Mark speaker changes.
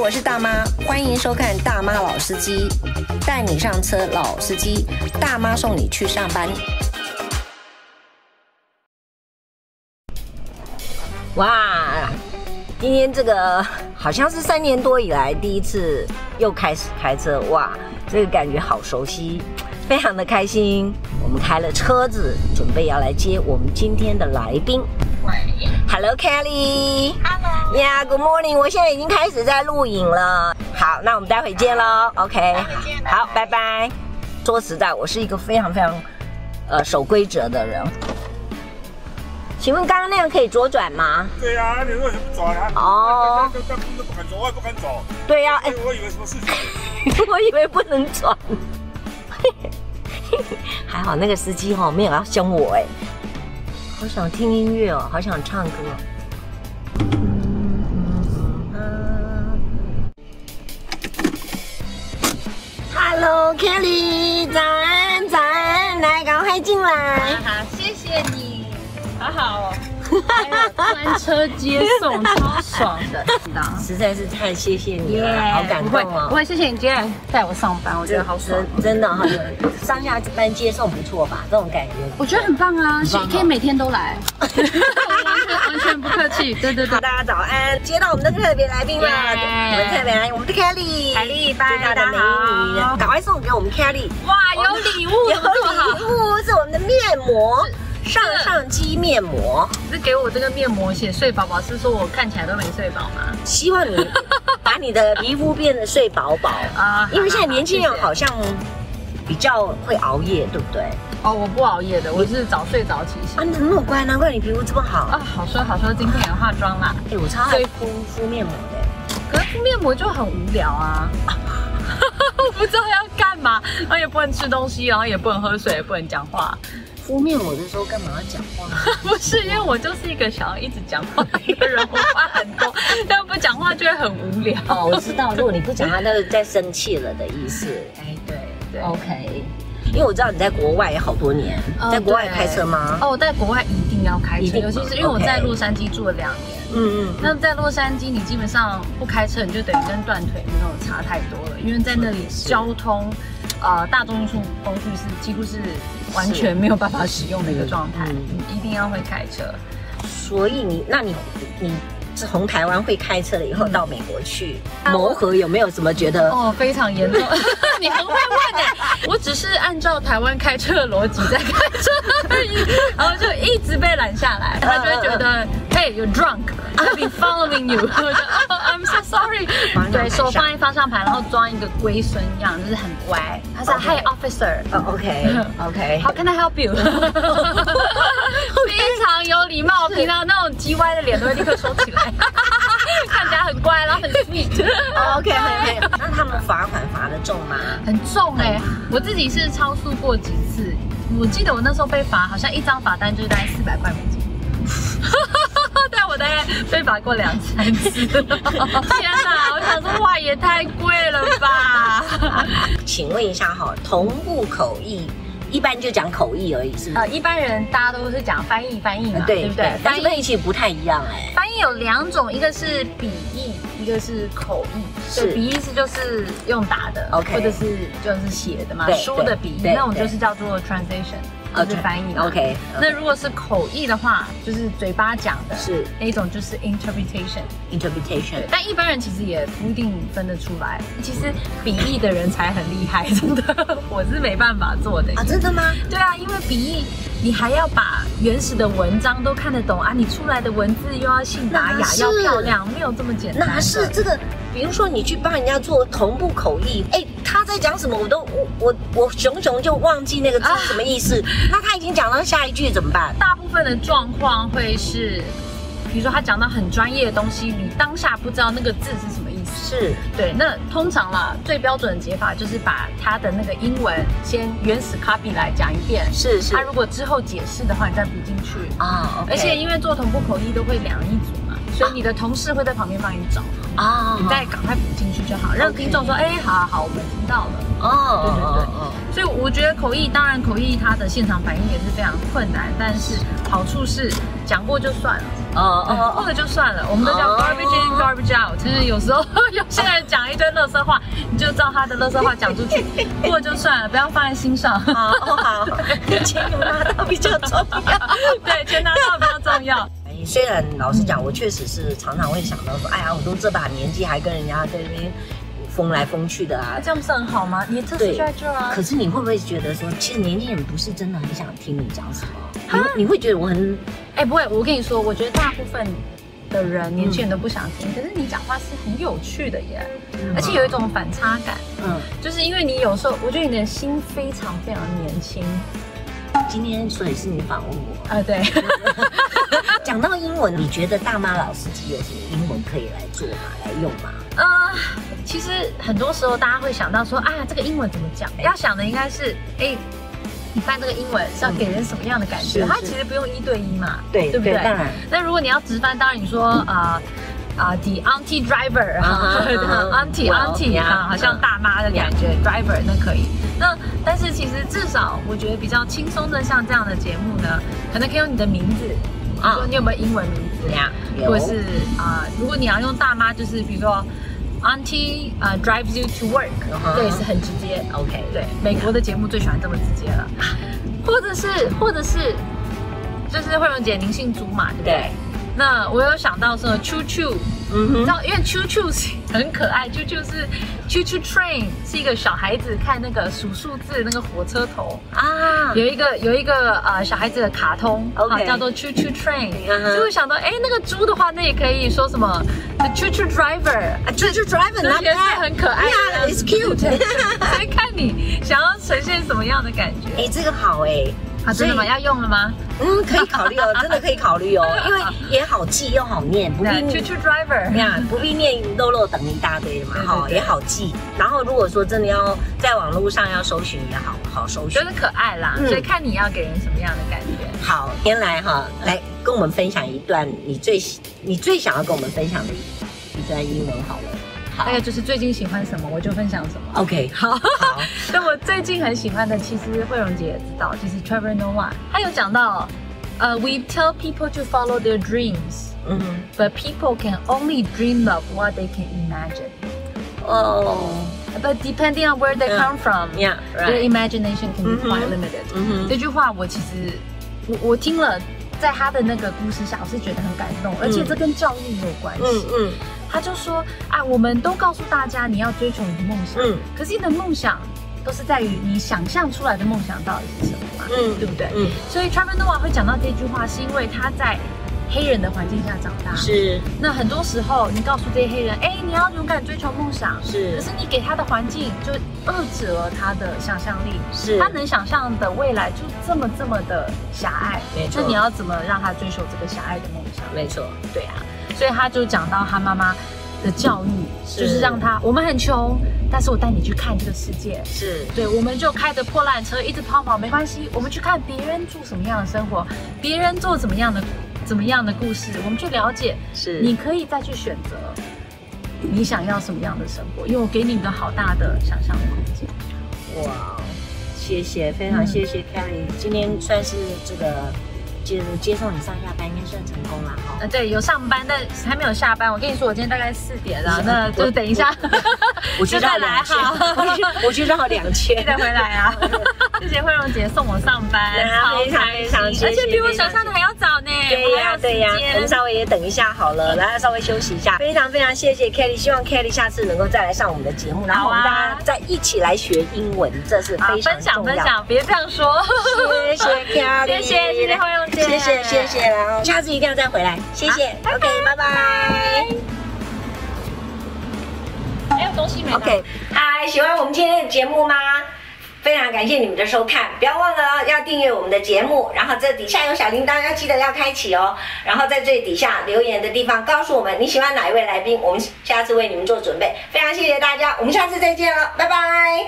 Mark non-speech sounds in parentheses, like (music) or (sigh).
Speaker 1: 我是大妈，欢迎收看《大妈老司机》，带你上车，老司机，大妈送你去上班。哇，今天这个好像是三年多以来第一次又开始开车，哇，这个感觉好熟悉，非常的开心。我们开了车子，准备要来接我们今天的来宾。Hello Kelly。
Speaker 2: Hello，
Speaker 1: 呀、yeah,，Good morning！我现在已经开始在录影了。好，那我们待会见喽。OK，
Speaker 2: 待会见啊
Speaker 1: 好，拜拜。说实在，我是一个非常非常呃守规则的人。请问刚刚那样可以左转吗？
Speaker 3: 对呀、你为什么不走啊？ (laughs)
Speaker 1: 哦
Speaker 3: 那那那那不敢走，我也不敢走。
Speaker 1: 对呀、
Speaker 3: 哎，我以为什么事情？
Speaker 1: 哎， (laughs) 我以为不能转。 (laughs) 还好那个司机哈、哦、没有要凶我哎。好想听音乐哦，好想唱歌。Hello Kelly，早安早安，来赶快进来。
Speaker 2: 哈哈，谢谢你，好好哦。还有专车接送，超爽的，知道
Speaker 1: 实在是太谢谢你了好感动
Speaker 2: 不会，不
Speaker 1: 哦。
Speaker 2: 会，谢谢你今天带我上班，我觉得好爽。
Speaker 1: 真真的哈、上下班接送不错吧？这种感觉。
Speaker 2: 我觉得很棒啊，是
Speaker 1: 棒哦
Speaker 2: 可以每天都来，完全完全不客 (laughs) 气。对对
Speaker 1: 好，
Speaker 2: 对，
Speaker 1: 大家早安！接到我们的特别来宾了，
Speaker 2: 耶
Speaker 1: 我们特别来宾，我们的 Kelly，
Speaker 2: 凯莉拜
Speaker 1: 最大的美
Speaker 2: 大家好
Speaker 1: 女，赶快送给我们 Kelly
Speaker 2: 哇，有礼物，
Speaker 1: 有
Speaker 2: 怎么这么好
Speaker 1: 礼？物，是我们的面膜，上
Speaker 2: 是
Speaker 1: 上肌面膜，
Speaker 2: 是给我这个面膜写睡饱饱，是说我看起来都没睡饱吗？
Speaker 1: 希望你把你的皮肤变得睡饱饱
Speaker 2: 啊
Speaker 1: 因为现在年轻
Speaker 2: 好
Speaker 1: 人
Speaker 2: 谢谢
Speaker 1: 好像比较会熬夜，对不对？
Speaker 2: 哦，我不熬夜的，我是早睡早起型
Speaker 1: 啊，。你怎么那么乖？难怪你皮肤这么好。
Speaker 2: 啊，好说好说，今天也化妆啦。
Speaker 1: 哎，我超爱敷敷面膜的，
Speaker 2: 可是敷面膜就很无聊啊， (laughs) 我不知道要干嘛，然后也不能吃东西，然后也不能喝水，也不能讲话。 (laughs)
Speaker 1: 敷面膜的时候干嘛要讲话？
Speaker 2: 不是因为我就是一个想要一直讲话的人，我话很多， (laughs) 但不讲话就会很无聊。
Speaker 1: 哦，我知道，如果你不讲话，那就在生气了的意思。
Speaker 2: 哎，对对。
Speaker 1: OK，因为我知道你在国外也好多年，
Speaker 2: 嗯
Speaker 1: 在国外
Speaker 2: 对
Speaker 1: 开车吗？
Speaker 2: 哦，在国外一定要开
Speaker 1: 一
Speaker 2: 车，
Speaker 1: 定
Speaker 2: 尤其是因为我
Speaker 1: OK
Speaker 2: 在洛杉矶住了两年。
Speaker 1: 嗯嗯，
Speaker 2: 那在洛杉矶，你基本上不开车，你就等于跟断腿没有差太多了，因为在那里交通，呃，大众运输工具是几乎是完全没有办法使用的一个状态，
Speaker 1: 嗯嗯
Speaker 2: 你一定要会开车。
Speaker 1: 所以你，那你你是从台湾会开车了以后
Speaker 2: 嗯
Speaker 1: 到美国去
Speaker 2: 啊
Speaker 1: 磨合，有没有什么觉得？
Speaker 2: 哦，非常严重， (laughs) 你很会问哎、我只是按照台湾开车的逻辑在开车而已，然后就一直被拦下来，他就会觉得，Hey, you're drunk, I've been following you，我就，Oh, (laughs) I'm so sorry，
Speaker 1: 方向盘
Speaker 2: 对手
Speaker 1: 上
Speaker 2: 放在方向盘，然后装一个龟孙样，就是很乖，他说
Speaker 1: OK
Speaker 2: Hey officer。
Speaker 1: 哦，OK (laughs) OK，
Speaker 2: How can I help (laughs) you？非常有礼貌，平常那种叽歪的脸都会立刻收起来， (laughs) 看起来很乖，然后很 sweet。
Speaker 1: OK OK，那他们罚款罚的重吗？
Speaker 2: 很重哎、我自己是超速过几次，我记得我那时候被罚，好像一张罚单就是大概四百块美金。 (laughs) 但我大概被罚过两三次， (laughs) 天哪！我想说，哇，也太贵了吧！
Speaker 1: 请问一下哈，同步口译一般就讲口译而已，是不是？
Speaker 2: 呃，一般人大家都是讲翻译翻译嘛，对不对？
Speaker 1: 但
Speaker 2: 翻
Speaker 1: 是
Speaker 2: 译
Speaker 1: 那其实不太一样哎。
Speaker 2: 翻译有两种，一个是笔译，一个是口译。
Speaker 1: 是
Speaker 2: 对，笔译是就是用打的
Speaker 1: OK
Speaker 2: 或者是就是写的嘛，
Speaker 1: 对
Speaker 2: 书的笔译，
Speaker 1: 对对
Speaker 2: 那种就是叫做 translation，就是翻译嘛。
Speaker 1: OK，呃
Speaker 2: 那如果是口译的话，就是嘴巴讲的，
Speaker 1: 是
Speaker 2: 那一种就是 interpretation。
Speaker 1: interpretation
Speaker 2: 但一般人其实也不一定分得出来，其实笔译的人才很厉害， (laughs) 真的，我是没办法做的。
Speaker 1: 啊，真的吗？
Speaker 2: 对啊，因为笔译你还要把原始的文章都看得懂啊，你出来的文字又要信达
Speaker 1: 那
Speaker 2: 雅，
Speaker 1: 是
Speaker 2: 要漂亮，没有这么简单的。
Speaker 1: 哪是这个？比如说你去帮人家做同步口译，哎，他在讲什么我都我我我熊熊就忘记那个字
Speaker 2: 啊
Speaker 1: 什么意思，那他已经讲到下一句怎么办？
Speaker 2: 大部分的状况会是，比如说他讲到很专业的东西，你当下不知道那个字是什么意思。
Speaker 1: 是
Speaker 2: 对，那通常啦，最标准的解法就是把它的那个英文先原始 copy 来讲一遍。
Speaker 1: 是是
Speaker 2: 他如果之后解释的话，你再补进去。
Speaker 1: 啊，OK，
Speaker 2: 而且因为做同步口译都会两人一组嘛，所以你的同事会在旁边帮你找，
Speaker 1: 啊
Speaker 2: 你再赶快补进去就好，让
Speaker 1: OK
Speaker 2: 听众说，哎，好好好，我们听到了。
Speaker 1: 哦哦哦
Speaker 2: 所以我觉得口译，当然口译它的现场反应也是非常困难，但是好处是讲过就算了，
Speaker 1: 哦哦哦
Speaker 2: 那个就算了，我们都叫
Speaker 1: 哦
Speaker 2: garbage in garbage out，就是有时候 (laughs) 有些人讲一堆垃圾话，你就照他的垃圾话讲出去， (laughs) 过就算了，不要放在心 (laughs) 上。
Speaker 1: 好哦好，钱有拿到比较重要。
Speaker 2: 对，钱拿到比较重 (laughs) 要。
Speaker 1: 虽然老实讲，我确实是常常会想到说，哎呀，我都这把年纪还跟人家在那边疯来疯去的啊
Speaker 2: 那。这样不是很好吗？你的特
Speaker 1: 对
Speaker 2: 色就在这啊
Speaker 1: 可。是你会不会觉得说，其实年轻人不是真的很想听你讲什么？你会你会觉得我很
Speaker 2: 哎、不会，我跟你说，我觉得大部分的人年轻人都不想听，可是你讲话是很有趣的耶，嗯而且有一种反差感，
Speaker 1: 嗯，
Speaker 2: 就是因为你有时候，我觉得你的心非常非常年轻。
Speaker 1: 今天所以是你访问我，
Speaker 2: 啊，对，
Speaker 1: 讲到英文，你觉得大妈老司机有什么英文可以来做吗？来用吗？
Speaker 2: 呃，其实很多时候大家会想到说，啊，这个英文怎么讲？要想的应该是，哎、你翻这个英文是要给人什么样的感
Speaker 1: 嗯
Speaker 2: 觉？
Speaker 1: 是
Speaker 2: 它
Speaker 1: 是
Speaker 2: 其实不用一对一嘛，
Speaker 1: 对
Speaker 2: 对不对？
Speaker 1: 当然，
Speaker 2: 那如果你要直翻，当然你说啊啊，the auntie driver
Speaker 1: 啊
Speaker 2: (laughs) 啊
Speaker 1: 啊啊
Speaker 2: ，auntie
Speaker 1: well,
Speaker 2: auntie
Speaker 1: yeah，
Speaker 2: 啊，好像大妈的感觉，driver 那可以。那但是其实至少我觉得比较轻松的，像这样的节目呢，可能可以用你的名字，
Speaker 1: 啊
Speaker 2: 啊，说你有没有英文名字呀？
Speaker 1: 有
Speaker 2: 或是啊，如果你要用大妈，就是比如说 auntie 啊 drives you to work，
Speaker 1: 嗯哼
Speaker 2: 对，是很直接。
Speaker 1: OK
Speaker 2: 对，美国的节目最喜欢这么直接了，或者是或者是。就是慧荣姐，您姓朱嘛，对不对？
Speaker 1: 对，
Speaker 2: 那我有想到说，Choo Choo，
Speaker 1: 嗯
Speaker 2: 你知
Speaker 1: 哼，
Speaker 2: 道，因为 Choo Choo 是 (laughs) 很可爱，Choo Choo 是 Choo Choo Train 是一个小孩子看那个数数字那个火车头。
Speaker 1: 啊，
Speaker 2: 有一个有一个呃小孩子的卡通啊
Speaker 1: OK
Speaker 2: 叫做 Choo Choo Train，
Speaker 1: 嗯哼
Speaker 2: 所以我想到，哎，那个猪的话，那也可以说什么 The Choo Choo Driver，
Speaker 1: 啊，Juju Driver
Speaker 2: 那
Speaker 1: not
Speaker 2: 也是
Speaker 1: bad，
Speaker 2: 很可爱的样
Speaker 1: Yeah,
Speaker 2: 子
Speaker 1: it's cute
Speaker 2: (laughs) 所以看你想要呈现什么样的感觉。
Speaker 1: 哎，这个好哎、
Speaker 2: 啊，真的
Speaker 1: 所
Speaker 2: 吗？
Speaker 1: 以
Speaker 2: 要用了吗？
Speaker 1: 嗯，可以考虑哦，真的可以考虑哦，因为也好记又好念，不
Speaker 2: (laughs) 对
Speaker 1: 必
Speaker 2: ，Choo Choo Driver，
Speaker 1: 呀，不必念肉肉等一大堆嘛，
Speaker 2: 对对
Speaker 1: 哈，
Speaker 2: 对
Speaker 1: 也好记。然后如果说真的要在网络上要搜寻，也好好搜寻
Speaker 2: 觉。得可爱啦，
Speaker 1: 嗯
Speaker 2: 所以看你要给人什么样的感觉。
Speaker 1: 好，天来哈，来跟我们分享一段你最喜你最想要跟我们分享的一一段英文好了。好
Speaker 2: 大概就是最近喜欢什么，我就分享什么。
Speaker 1: ，OK，好，好， (laughs)
Speaker 2: 那我最近很喜欢的，其实慧荣姐也知道，就是 Trevor Noah，他有讲到，呃、w e tell people to follow their dreams。
Speaker 1: 嗯，
Speaker 2: But people can only dream of what they can imagine.
Speaker 1: 哦，
Speaker 2: But depending on where they
Speaker 1: Yeah.
Speaker 2: come from,
Speaker 1: Yeah,
Speaker 2: their
Speaker 1: right.
Speaker 2: imagination can be quite
Speaker 1: 嗯哼
Speaker 2: limited.
Speaker 1: 嗯哼
Speaker 2: 这句话我其实我我听了，在他的那个故事下，我是觉得很感动，而且这跟教育也有关系。
Speaker 1: 嗯嗯
Speaker 2: 他就说啊，我们都告诉大家你要追求你的梦想，
Speaker 1: 嗯
Speaker 2: 可是你的梦想都是在于你想象出来的梦想到底是什么嘛，
Speaker 1: 嗯
Speaker 2: 对不对？
Speaker 1: 嗯，
Speaker 2: 所以 Trevor Noah 会讲到这句话，是因为他在黑人的环境下长大，
Speaker 1: 是
Speaker 2: 那很多时候你告诉这些黑人，哎，你要勇敢追求梦想，可
Speaker 1: 是
Speaker 2: 是你给他的环境就遏制了他的想象力，
Speaker 1: 是，
Speaker 2: 他能想象的未来就这么这么的狭隘，
Speaker 1: 没错
Speaker 2: 那你要怎么让他追求这个狭隘的梦想？
Speaker 1: 没错，
Speaker 2: 对啊，所以他就讲到他妈妈的教育，
Speaker 1: 是
Speaker 2: 就是让他我们很穷，但是我带你去看这个世界。
Speaker 1: 是
Speaker 2: 对，我们就开着破烂车一直抛锚，没关系，我们去看别人住什么样的生活，别人做怎么样的怎么样的故事，我们去了解。
Speaker 1: 是，
Speaker 2: 你可以再去选择你想要什么样的生活，因为我给你一个好大的想象的空间。
Speaker 1: 哇，谢谢，非常
Speaker 2: 嗯
Speaker 1: 谢谢 Carrie，、今天算是这个接接送你上下班，应该算成功了哈。 (laughs)
Speaker 2: 呃，对，有上班，但还没有下班。我跟你说，我今天大概四点了，那
Speaker 1: 我
Speaker 2: 就等一下，
Speaker 1: 我去
Speaker 2: 就
Speaker 1: 绕
Speaker 2: 再来
Speaker 1: 两圈，我 (laughs)
Speaker 2: 哈，
Speaker 1: 去我去绕两圈。
Speaker 2: 再回来啊。谢谢慧荣姐送我上班
Speaker 1: 对啊，
Speaker 2: 超
Speaker 1: 非常
Speaker 2: 开
Speaker 1: 非常
Speaker 2: 心，而
Speaker 1: 谢
Speaker 2: 且
Speaker 1: 谢
Speaker 2: 比我
Speaker 1: 非常
Speaker 2: 想象的还要早呢。
Speaker 1: (laughs) 对
Speaker 2: 我还
Speaker 1: 呀，
Speaker 2: 有
Speaker 1: 对呀
Speaker 2: 时，间
Speaker 1: 我们稍微也等一下好了，来稍微休息一下。非常非常谢谢 Kelly，希望 Kelly 下次能够再来上我们的节目，然后我们
Speaker 2: 好
Speaker 1: 大
Speaker 2: 啊
Speaker 1: 家再一起来学英文，这是
Speaker 2: 啊
Speaker 1: 非常
Speaker 2: 分享
Speaker 1: 重
Speaker 2: 分
Speaker 1: 要。
Speaker 2: 享，别这样说。
Speaker 1: 谢
Speaker 2: (laughs)
Speaker 1: 谢 Kelly，
Speaker 2: 谢谢谢谢慧荣姐，
Speaker 1: 谢谢谢谢，然后下次一定要再回来，谢谢
Speaker 2: 好
Speaker 1: ，OK，拜拜。
Speaker 2: 哎，有东西没拿
Speaker 1: OK，嗨，喜欢我们今天的节目吗？非常感谢你们的收看，不要忘了哦要订阅我们的节目，然后这底下有小铃铛，要记得要开启哦。然后在最底下留言的地方告诉我们你喜欢哪一位来宾，我们下次为你们做准备。非常谢谢大家，我们下次再见了，拜拜。